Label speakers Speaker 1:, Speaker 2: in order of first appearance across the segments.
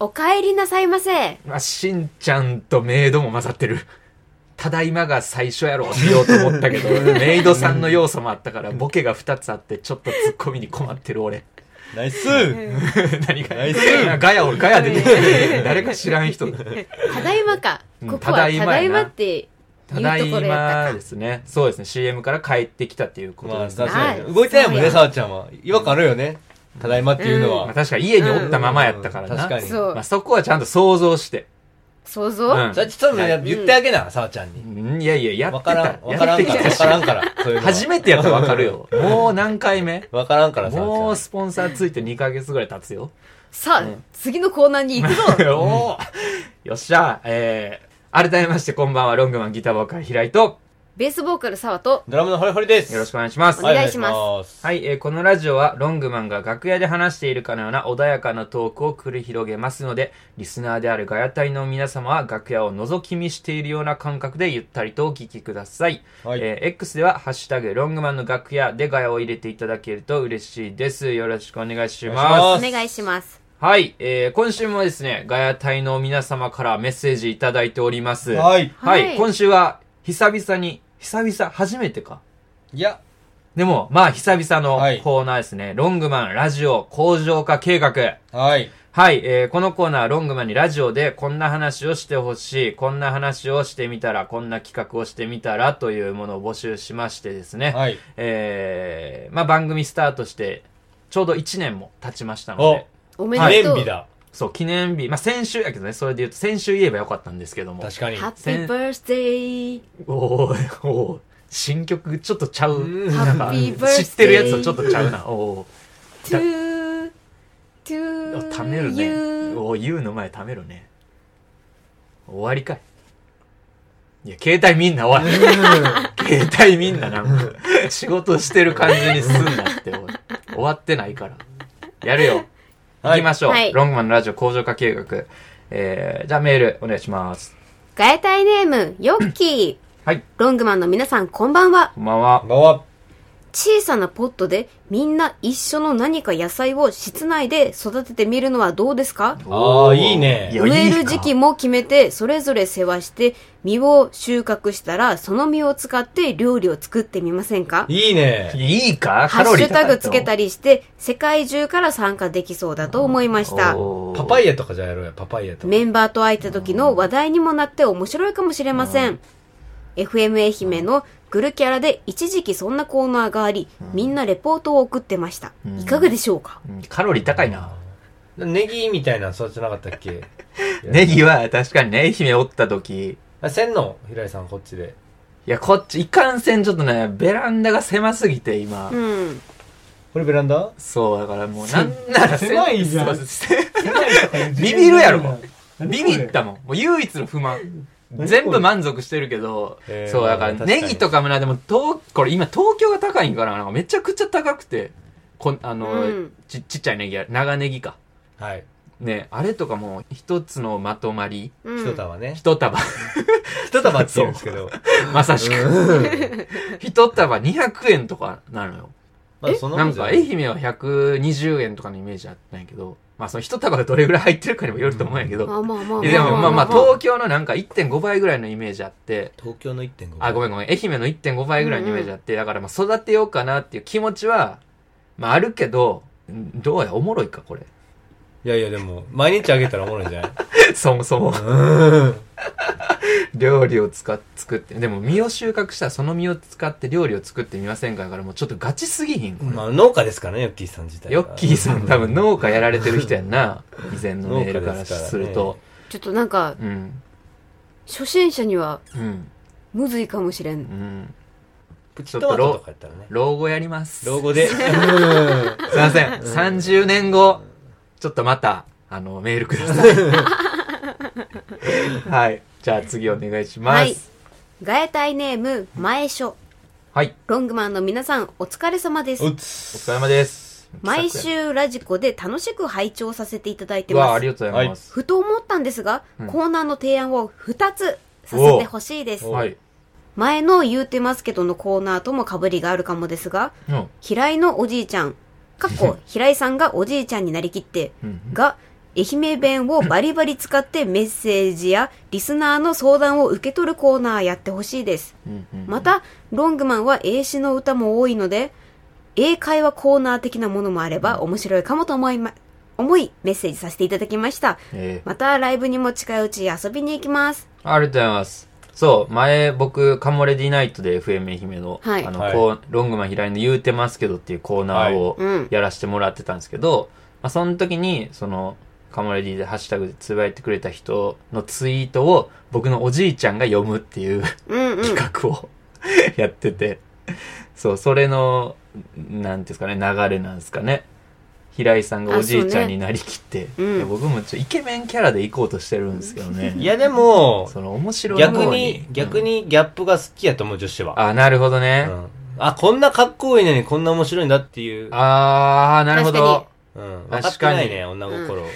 Speaker 1: お帰りなさいませ。
Speaker 2: まあ、しんちゃんとメイドも混ざってる。ただいまが最初やろうって言おうと思った けど、メイドさんの要素もあったから、ボケが2つあって、ちょっとツッコミに困ってる 俺。
Speaker 3: ナイス
Speaker 2: 何 が
Speaker 3: ナイス
Speaker 2: ガヤをガヤで出てく る。誰か知らん人だ。
Speaker 1: ただいまか。
Speaker 2: うん
Speaker 1: ここはただ
Speaker 2: ただい
Speaker 1: い
Speaker 2: ま
Speaker 1: ま
Speaker 2: やな
Speaker 1: って
Speaker 2: た
Speaker 1: 言
Speaker 2: だ
Speaker 1: う
Speaker 2: い
Speaker 1: ところや
Speaker 2: ま
Speaker 1: ったか。
Speaker 2: ですね。そうですね。CM から帰ってきたっていうこと
Speaker 3: まあ
Speaker 2: です
Speaker 3: 確
Speaker 2: ね。
Speaker 3: か
Speaker 1: は
Speaker 3: に
Speaker 1: い
Speaker 3: 動いてないも
Speaker 1: そ
Speaker 3: んね
Speaker 1: うや
Speaker 3: さおちゃんは違和感あるよねただいまっていうのは、
Speaker 1: うん
Speaker 2: まあ、確かに家におったままやったからな。
Speaker 3: うん確かに
Speaker 1: そう
Speaker 2: まあ、。そこはちゃんと想像して。
Speaker 1: 想
Speaker 2: う
Speaker 1: 像
Speaker 2: ん
Speaker 3: じゃあちょっとね言ってあげなさおちゃんに
Speaker 2: うんいやいや、や
Speaker 3: わ
Speaker 2: ってた。
Speaker 3: から
Speaker 2: や
Speaker 3: んわから
Speaker 2: っ
Speaker 3: ん
Speaker 2: てき
Speaker 3: から
Speaker 2: た
Speaker 3: わ
Speaker 2: し
Speaker 3: からんからそういうのは
Speaker 2: 初めてやったらわかるよ。もう何回目
Speaker 3: わからんからさ
Speaker 2: も
Speaker 3: お
Speaker 2: う
Speaker 3: ち
Speaker 2: スポンサーついて2ヶ月ぐらい経つよ。
Speaker 1: さあ、次のコーナーに行くぞ
Speaker 2: おーよっしゃえー、改めましてこんばんは、ロングマンギターボーカル平井と、
Speaker 1: ベースボーカル沢と
Speaker 3: ゃん、ドラムのホリホリです
Speaker 2: よろしくお願いします。
Speaker 1: お願いします
Speaker 3: はお願いします
Speaker 2: はい、えーこのラジオはロングマンが楽屋で話しているかのような穏やかなトークを繰り広げますので、リスナーであるガヤ隊の皆様は楽屋を覗き見しているような感覚でゆったりとお聞きください。
Speaker 3: はい
Speaker 2: えー X ではハッシュタグロングマンの楽屋でガヤを入れていただけると嬉しいです。よろしくお願いし
Speaker 3: お願いし
Speaker 2: ま
Speaker 3: ま
Speaker 1: お
Speaker 2: す。
Speaker 3: す
Speaker 1: 願いします。
Speaker 2: はい、えー今週もですね、ガヤ隊の皆様からメッセージいただいております。
Speaker 3: はい
Speaker 2: はい、
Speaker 1: はい
Speaker 2: 今週は久々に、久々、初めてか。
Speaker 3: いや
Speaker 2: でも、まあ、久々の
Speaker 3: はい
Speaker 2: コーナーですね。ロングマンラジオ工場化計画。
Speaker 3: はい
Speaker 2: はい、えーこのコーナー、ロングマンにラジオでこんな話をしてほしい、こんな話をしてみたら、こんな企画をしてみたらというものを募集しましてですね。
Speaker 3: はい
Speaker 2: えーまあ、番組スタートして、ちょうど1年も経ちましたので、
Speaker 1: お
Speaker 3: 記
Speaker 1: めでと
Speaker 3: 念
Speaker 1: う。
Speaker 3: 日だ
Speaker 2: そう、記念日、まあ、先週やけどね、それで言うと、先週言えばよかったんですけども。
Speaker 3: 確かに
Speaker 1: ハッピーバースデー。
Speaker 2: おーおー新曲ちょっとちゃう。
Speaker 3: うん
Speaker 1: ハ
Speaker 2: なんか
Speaker 1: ッピーバースデー。
Speaker 2: 知ってるやつとちょっとちゃうな。おー
Speaker 1: to, to
Speaker 2: おためるね
Speaker 1: you.
Speaker 2: お言うの前ためるね終わりかいいや携帯みんなおい 携帯みんななんか仕事してる感じにすんなっておい終わってないからやるよ行
Speaker 3: はい
Speaker 2: きましょう、
Speaker 1: はい
Speaker 2: ロングマンのラジオ工場化計画えー、じゃあメールお願いします
Speaker 1: ガエタイネーム、ヨッキー。
Speaker 2: はい
Speaker 1: ロングマンの皆さん、こんばんは。
Speaker 2: こんばんは
Speaker 3: こんばんは
Speaker 1: 小さなポットでみんな一緒の何か野菜を室内で育ててみるのはどうですか
Speaker 3: あ
Speaker 2: お
Speaker 3: ー
Speaker 2: ー
Speaker 3: いいね
Speaker 2: いや
Speaker 1: 植え
Speaker 2: いい
Speaker 1: る
Speaker 2: か
Speaker 1: 時期も決めて、それぞれ世話して、実を収穫したら、その実を使って料理を作ってみませんか
Speaker 3: いいね
Speaker 2: いいか
Speaker 1: ハ
Speaker 2: カ
Speaker 1: ッ
Speaker 2: ロリ
Speaker 1: シ
Speaker 2: ー
Speaker 1: ュタグつけたりして、世界中から参加できそうだと思いました。
Speaker 3: パパ
Speaker 2: イ
Speaker 3: イヤとかじゃやろうよパパイヤとか
Speaker 1: メンバーと会えた時の話題にもなって面白いかもしれません。FM 愛媛のグルキャラで一時期そんなコーナーがあり、みんなレポートを送ってました。いかがでしょうか
Speaker 2: カロリー高いな
Speaker 3: ネギみたいなの育てなかったっけ
Speaker 2: ネギは確かにね、愛媛おった時、
Speaker 3: あせんの平井さんこっちで
Speaker 2: いや、こっち、いかんせんちょっとね、ベランダが狭すぎて、今。
Speaker 1: うん。
Speaker 3: これベランダ
Speaker 2: そう、だからもう、なんなら
Speaker 4: 狭いじゃん
Speaker 2: そうせビ
Speaker 4: ビ
Speaker 2: ビるやろビビったもん。もう唯一の不満。全部満足してるけど
Speaker 3: え、ー
Speaker 2: そう、だから
Speaker 3: 確かに
Speaker 2: ネギとかもな、でも、東、これ今東京が高いんかななんかめちゃくちゃ高くて、こんあの、
Speaker 1: うん
Speaker 2: ち、ちっちゃいネギや、長ネギか。
Speaker 3: はい
Speaker 2: ね、あれとかも、一つのまとまり、
Speaker 1: う
Speaker 3: 一
Speaker 1: ん、
Speaker 3: 束ね
Speaker 2: 一束、
Speaker 3: 一束って言うんですけど
Speaker 2: まさしく。一束200円とかなのよ。
Speaker 3: まあその
Speaker 2: なんか愛媛は120円とかのイメージあったんやけど、まあその一束がどれぐらい入ってるかにもよると思うんやけど、
Speaker 1: まあまあまあ
Speaker 2: いやでもまあまあ東京のなんか1.5倍ぐらいのイメージあって、
Speaker 3: 東京の1.5
Speaker 2: あ、ごめんごめん、愛媛の1.5倍ぐらいのイメージあって、だからまあ育てようかなっていう気持ちは、まああるけど、んどうや、おもろいか、これ。
Speaker 3: いやいやでも毎日あげたらおもろいんじゃない
Speaker 2: そもそも。
Speaker 3: うん
Speaker 2: 料理を使っ、作って、でも実を収穫したらその実を使って料理を作ってみませんかだからもうちょっとガチすぎひん、これ
Speaker 3: まあ農家ですからねヨッキーさん自体が
Speaker 2: ヨッキーさん多分農家やられてる人やんな。以前のメールから
Speaker 3: 農家ですからね
Speaker 2: すると。
Speaker 1: ちょっとなんか、
Speaker 2: うん。
Speaker 1: 初心者には
Speaker 2: うん。
Speaker 1: むずいかもしれん。
Speaker 2: うん。
Speaker 3: プチトマトとかやったらね
Speaker 2: 老後やります。
Speaker 3: 老後で
Speaker 2: すいません。30年後、ちょっとまた、あの、メールください。はい。じゃあ次お願いしま
Speaker 1: はい
Speaker 2: す。。
Speaker 1: ガエタイネーム、前所。
Speaker 2: はい。
Speaker 1: ロングマンの皆さん、お疲れ様です
Speaker 3: う。
Speaker 2: お
Speaker 3: つ
Speaker 2: 疲れ様です。
Speaker 1: 毎週ラジコで楽しく拝聴させていただいて
Speaker 2: うわあ、
Speaker 1: ま
Speaker 2: あ
Speaker 1: す
Speaker 2: り。がとうございます。
Speaker 1: ふと思ったんですが、
Speaker 2: ん
Speaker 1: コーナーの提案を2つさせてほしいです
Speaker 3: お。
Speaker 2: はい。
Speaker 1: 前の言うてますけどのコーナーとも被りがあるかもですが、
Speaker 2: うん。
Speaker 1: 平井のおじいちゃん、かっこ平井さんがおじいちゃんになりきって
Speaker 2: うん、
Speaker 1: が、愛媛弁をバリバリ使ってメッセージやリスナーの相談を受け取るコーナーやってほしいです。
Speaker 2: うんうん
Speaker 1: また、ロングマンは英詩の歌も多いので、英会話コーナー的なものもあれば面白いかもと思いま、思いメッセージさせていただきました。
Speaker 2: ええ
Speaker 1: またライブにも近いうち遊びに行きます。
Speaker 2: ありがとうございます。そう、前僕、カモレディナイトで FM 愛媛の、
Speaker 1: はい
Speaker 2: あの、
Speaker 3: はい
Speaker 2: こうロングマン平井の言うてますけどっていうコーナー
Speaker 1: は
Speaker 2: を
Speaker 1: いうん
Speaker 2: やらせてもらってたんですけど、まあ、その時に、その、カモレディでハッシュタグでつぶやいてくれた人のツイートを僕のおじいちゃんが読むっ ていう
Speaker 1: うんうん。
Speaker 2: 企画を やってて、そう、それの、なんていうんですかね、流れなんですかね。平井さんがおじいちゃんになりきって、
Speaker 1: そうねうん
Speaker 2: いや僕もちょっとイケメンキャラで行こうとしてるんですけどね。
Speaker 3: いやでも
Speaker 2: その面白い
Speaker 3: 逆
Speaker 2: 方
Speaker 3: に逆、にギャップが好きやと思う女子
Speaker 2: うん
Speaker 3: は、
Speaker 2: あなるほど
Speaker 3: う
Speaker 2: ね、
Speaker 3: ん、あこんなかっこいいのにこんな面白いんだっていう、
Speaker 2: ああなるほど
Speaker 3: うん、分かっ
Speaker 2: 確
Speaker 3: て
Speaker 2: か
Speaker 3: な
Speaker 2: に
Speaker 3: いね女心を、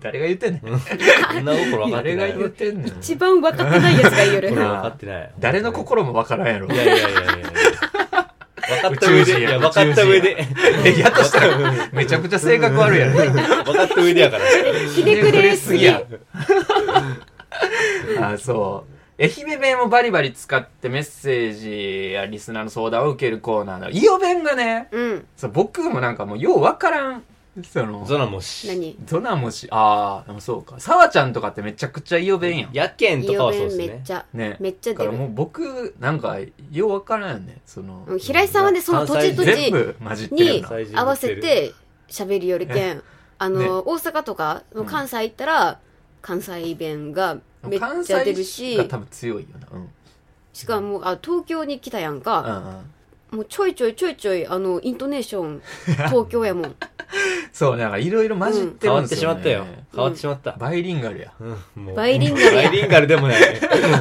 Speaker 2: 誰が言ってんねん
Speaker 3: 女心分かっ
Speaker 2: 誰
Speaker 3: てな
Speaker 2: が
Speaker 3: い
Speaker 2: 言ってんねん
Speaker 1: 一番分かってないやつがい
Speaker 3: これ分
Speaker 1: る。
Speaker 2: な
Speaker 3: かってない
Speaker 2: 誰の心もわからんやろ
Speaker 3: いやいやいやいやいや分かった
Speaker 2: 宇宙
Speaker 3: 上
Speaker 2: 人
Speaker 3: で、い
Speaker 2: や
Speaker 3: や、分かった上で。
Speaker 2: えやとしたらめちゃくちゃ性格悪いや ろ
Speaker 3: 分かった上でやから。
Speaker 1: ひねくれすぎ。
Speaker 2: ひねくれすぎや あそう愛媛弁もバリバリ使ってメッセージやリスナーの相談を受けるコーナーだ伊予弁がね
Speaker 1: うん。
Speaker 2: そう僕もなんかもうようわからんその
Speaker 3: ゾナもし。
Speaker 1: 何
Speaker 2: ゾナもしああでもそうかさわちゃんとかってめちゃくちゃ伊予弁やん
Speaker 3: やけんと
Speaker 1: イ
Speaker 3: か
Speaker 1: オ
Speaker 3: はそう
Speaker 1: ベ
Speaker 3: で
Speaker 1: ン
Speaker 3: す
Speaker 1: めっ
Speaker 3: ね。
Speaker 1: ちゃ、
Speaker 2: ね
Speaker 1: めっちゃ
Speaker 2: だか
Speaker 1: 出
Speaker 2: らも
Speaker 1: る。
Speaker 2: う僕なんかようわからんよねその、
Speaker 1: うん平井さんはね、その土地土
Speaker 2: 全
Speaker 1: 地
Speaker 2: 部混じってる
Speaker 1: に
Speaker 2: よな
Speaker 3: 地
Speaker 1: 合わせて喋るよりけん、あの、
Speaker 2: ね
Speaker 1: 大阪とか
Speaker 2: うん
Speaker 1: 関西行ったら、関西弁がめっちゃ出るし
Speaker 2: 関西、が多分強いよなうん
Speaker 1: しかも、あ、東京に来たやん
Speaker 2: う
Speaker 1: か、
Speaker 2: んうん
Speaker 1: もうちょいちょいちょいちょい、あの、イントネーショ ン、東京やもん。
Speaker 2: そうだからいろいろ混じって
Speaker 3: 変
Speaker 2: る
Speaker 3: わ
Speaker 2: ん
Speaker 3: っ
Speaker 2: で
Speaker 3: て
Speaker 2: す
Speaker 3: し
Speaker 2: よ、
Speaker 3: ま
Speaker 2: ね、
Speaker 3: ったよ。変わってしまった。
Speaker 2: バイリンガルや
Speaker 3: うんもう
Speaker 1: バイリンガルや
Speaker 3: バイリンガル でもない。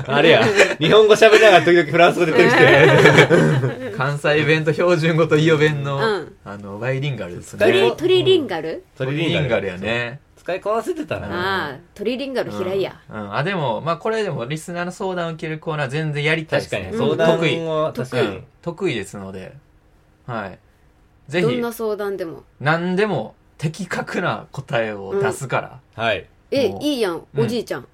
Speaker 3: あれや、日本語喋りながら時々フランス語出てる人や。
Speaker 2: 関西弁と標準語と伊予弁の、
Speaker 1: うん
Speaker 2: あのバイリンガルです
Speaker 1: トリ、
Speaker 2: ね
Speaker 1: トリリンガル、
Speaker 2: トリリンガルや。ね
Speaker 3: 使いこなせてたな。
Speaker 1: ああ、トリリンガル平井や。
Speaker 2: うん、うんあでもまあこれでもリスナーの相談を受けるコーナー全然やりたいです
Speaker 3: 確
Speaker 2: ね
Speaker 3: かに。
Speaker 2: そ
Speaker 3: 相
Speaker 2: う
Speaker 3: 談
Speaker 2: 得意
Speaker 3: は確か
Speaker 2: う
Speaker 3: に
Speaker 2: ん。得意ですのではいぜ
Speaker 1: ど
Speaker 2: ひ
Speaker 1: んな相談でも。
Speaker 2: 何でも的確な答えを出すから、
Speaker 3: はい。
Speaker 1: え
Speaker 2: も、う
Speaker 1: いいやん、
Speaker 2: うん
Speaker 1: おじいちゃん。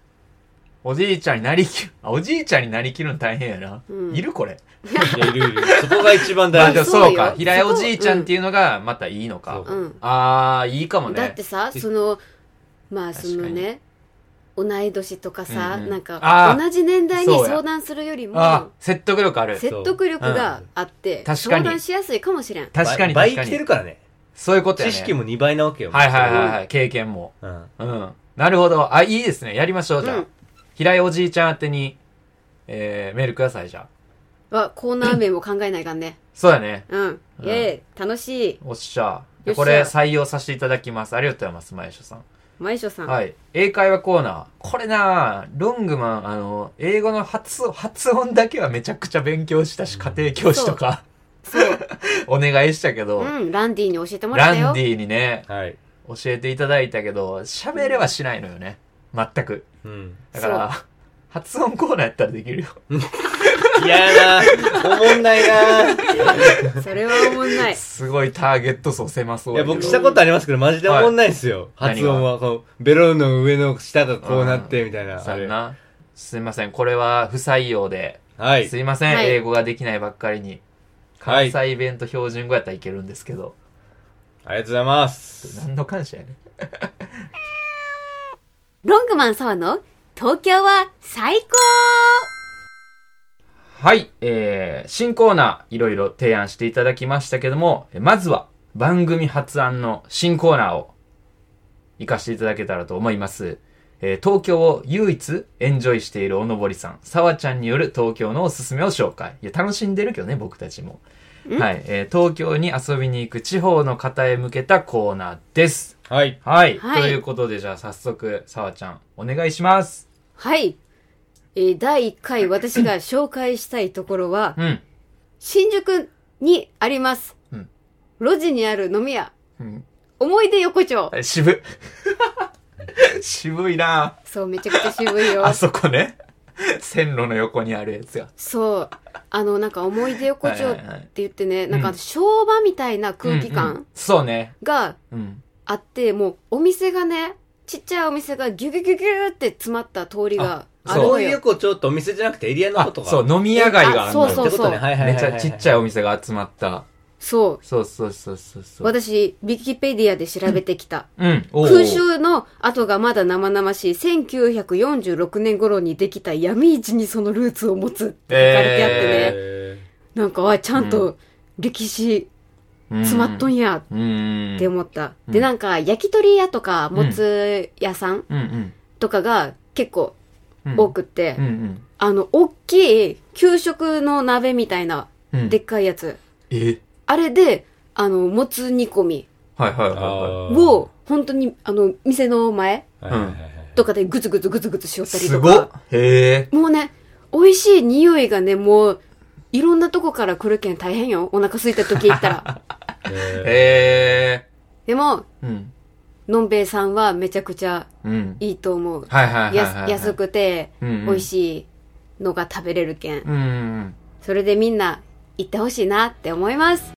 Speaker 2: おじいちゃんになりきるあおじいちゃんになりきるの大変やな、
Speaker 1: うん
Speaker 2: いるこれ
Speaker 3: いやいるいる。そこが一番
Speaker 2: あ
Speaker 3: 大
Speaker 2: じ ゃ
Speaker 3: 事
Speaker 1: そう
Speaker 2: あ。
Speaker 1: よ
Speaker 2: そうか平井おじいちゃんっていうのがまたいいのか、
Speaker 3: そう
Speaker 1: うん。
Speaker 2: あーいいかもね
Speaker 1: だってさ、その、まあその
Speaker 2: 確か
Speaker 1: ね、同い年とかさ、
Speaker 2: うんうん
Speaker 1: なん
Speaker 2: あ
Speaker 1: か、
Speaker 2: ー
Speaker 1: 同じ年代に
Speaker 2: そうや
Speaker 1: 相談するより
Speaker 2: あ
Speaker 1: も、
Speaker 2: 説得力ある
Speaker 1: 説得力があって、
Speaker 2: うん
Speaker 1: 相談しやすいかもしれん。
Speaker 2: 確かに確
Speaker 3: 倍倍
Speaker 2: か
Speaker 3: 来て
Speaker 2: に
Speaker 3: るからね。
Speaker 2: そういうことや
Speaker 3: 知
Speaker 2: ね
Speaker 3: 識も2倍なわけよ。
Speaker 2: はいはいはいはい経験も
Speaker 3: うん。
Speaker 2: うんなるほどあいいですねやりましょうじゃあ、
Speaker 1: うん
Speaker 2: 平井おじいちゃん宛てに、えー、メールくださいじゃあ
Speaker 1: はコーナー名も考えないかんね。
Speaker 2: そうやね
Speaker 1: うん。
Speaker 2: うん
Speaker 1: イえ楽しい。
Speaker 2: おっしゃ
Speaker 1: よっしゃ
Speaker 2: これ採用させていただきますありがとうございます前所さん
Speaker 1: マイショさん。
Speaker 2: はい。英会話コーナー。これなあロングマン、あの、英語の発音、発音だけはめちゃくちゃ勉強したし、家庭教師とか、
Speaker 1: そう。
Speaker 2: お願いしたけど、
Speaker 1: うん、ランディに教えてもらったよ。
Speaker 2: ランディにね、
Speaker 3: はい。
Speaker 2: 教えていただいたけど、喋れはしないのよね。全く。
Speaker 3: うん。
Speaker 2: だから、発音コーナーやったらできるよ。
Speaker 3: 嫌やなおもんないな
Speaker 1: それは思ん ない。
Speaker 2: すごいターゲット層狭そう
Speaker 3: い
Speaker 2: や
Speaker 3: や、
Speaker 2: けど。
Speaker 3: 僕したことありますけど、マジでおもんないですよ。
Speaker 2: はい
Speaker 3: 発音は、この、ベロの上の下がこうなって、みたいな。
Speaker 2: そ
Speaker 3: あ
Speaker 2: うや
Speaker 3: れ
Speaker 2: な。すいません。これは不採用で。
Speaker 3: はい
Speaker 2: す。いません。
Speaker 1: はい
Speaker 2: 英語ができないばっかりに。
Speaker 3: は
Speaker 2: 関
Speaker 3: い。あり
Speaker 2: 西弁と標準語やったらいけるんですけど。
Speaker 3: がとうございます。
Speaker 2: 何の感謝やね。
Speaker 1: ロングマン沢の東京は最高
Speaker 2: はい、えー、新コーナーいろいろ提案していただきましたけども、えまずは番組発案の新コーナーを活かしていただけたらと思います。えー東京を唯一エンジョイしているおのぼりさん、さわちゃんによる東京のおすすめを紹介。いや、楽しんでるけどね、僕たちも。はい、えー東京に遊びに行く地方の方へ向けたコーナーです。
Speaker 3: はい。
Speaker 2: はい、
Speaker 1: はい
Speaker 2: ということで、じゃあ早速、さわちゃん、お願いします。
Speaker 1: はい。えー第1回私が紹介したいところは、
Speaker 2: うん。
Speaker 1: 新宿にあります。
Speaker 2: うん
Speaker 1: 路地にある飲み屋。
Speaker 2: うん
Speaker 1: 思い出横丁。
Speaker 2: あ渋。 渋いなぁ。
Speaker 1: そう、めちゃくちゃ渋いよ
Speaker 2: あ。そこね。線路の横にあるやつが。
Speaker 1: そう。あの、なんか思い出横丁って言ってね、なん
Speaker 2: う
Speaker 1: か
Speaker 2: ん
Speaker 1: 昭和みたいな空気
Speaker 2: うんうん
Speaker 1: 感
Speaker 2: そうね。
Speaker 1: が
Speaker 2: うん。
Speaker 1: あって、もうお店がね、ちっちゃいお店がギュギュギュギュって詰まった通りがある
Speaker 2: そ
Speaker 3: そ
Speaker 1: の
Speaker 3: ういう
Speaker 1: よ。
Speaker 3: こうちょっとお店じゃなくてエリアの
Speaker 2: あ
Speaker 3: こと、か。
Speaker 2: そう、飲み屋街がある
Speaker 1: そう
Speaker 2: の
Speaker 1: そ
Speaker 2: よ。
Speaker 1: う
Speaker 3: ってことね。はいはいはい
Speaker 2: め
Speaker 3: はい
Speaker 2: ち
Speaker 3: はい。
Speaker 2: ゃちっちゃいお店が集まった。
Speaker 1: そう。
Speaker 2: そうそうそうそうそう。
Speaker 1: 私、ウィキペディアで調べてきた。
Speaker 2: うん。おう
Speaker 1: 空襲の後がまだ生々しい1946年頃にできた闇市にそのルーツを持つって書かれてあってね。
Speaker 3: え
Speaker 1: なんか、あ、ちゃん
Speaker 2: う
Speaker 1: と歴史
Speaker 2: うん
Speaker 1: 詰まっとんや
Speaker 2: うんうん。
Speaker 1: って思った。
Speaker 2: うん
Speaker 1: で、なんか、焼き鳥屋とか、もつ屋さん
Speaker 2: うんうん
Speaker 1: とかが結構
Speaker 2: うん。
Speaker 1: 多くって、
Speaker 2: うんうん。
Speaker 1: あの、大きい給食の鍋みたいな、
Speaker 2: うん
Speaker 1: でっかいやつ。
Speaker 2: え
Speaker 1: あれで、あの、もつ煮込み
Speaker 2: はいはい
Speaker 3: ー
Speaker 2: は
Speaker 1: を、本当に、あの、店の前
Speaker 3: はいはいはいはい
Speaker 1: とかでぐつぐつぐつぐつしよっ
Speaker 2: い。
Speaker 1: たり
Speaker 2: す
Speaker 1: と
Speaker 2: ごっ
Speaker 1: か。
Speaker 2: へえ。
Speaker 1: もうね、美味しい匂いがね、もう、いろんなとこから来るけん大変よ。お腹空いた時行った ら。
Speaker 2: へ
Speaker 3: え
Speaker 2: え。
Speaker 1: でも、
Speaker 2: うん。
Speaker 1: のんべいさんはめちゃくちゃ
Speaker 2: うん。
Speaker 1: いいと思う。
Speaker 2: はいはいはいはいは
Speaker 1: や
Speaker 2: い。
Speaker 1: す安くて、
Speaker 2: うんうん
Speaker 1: 美味しいのが食べれるけん。
Speaker 2: うんうん。
Speaker 1: それでみんな行ってほしいなって思います。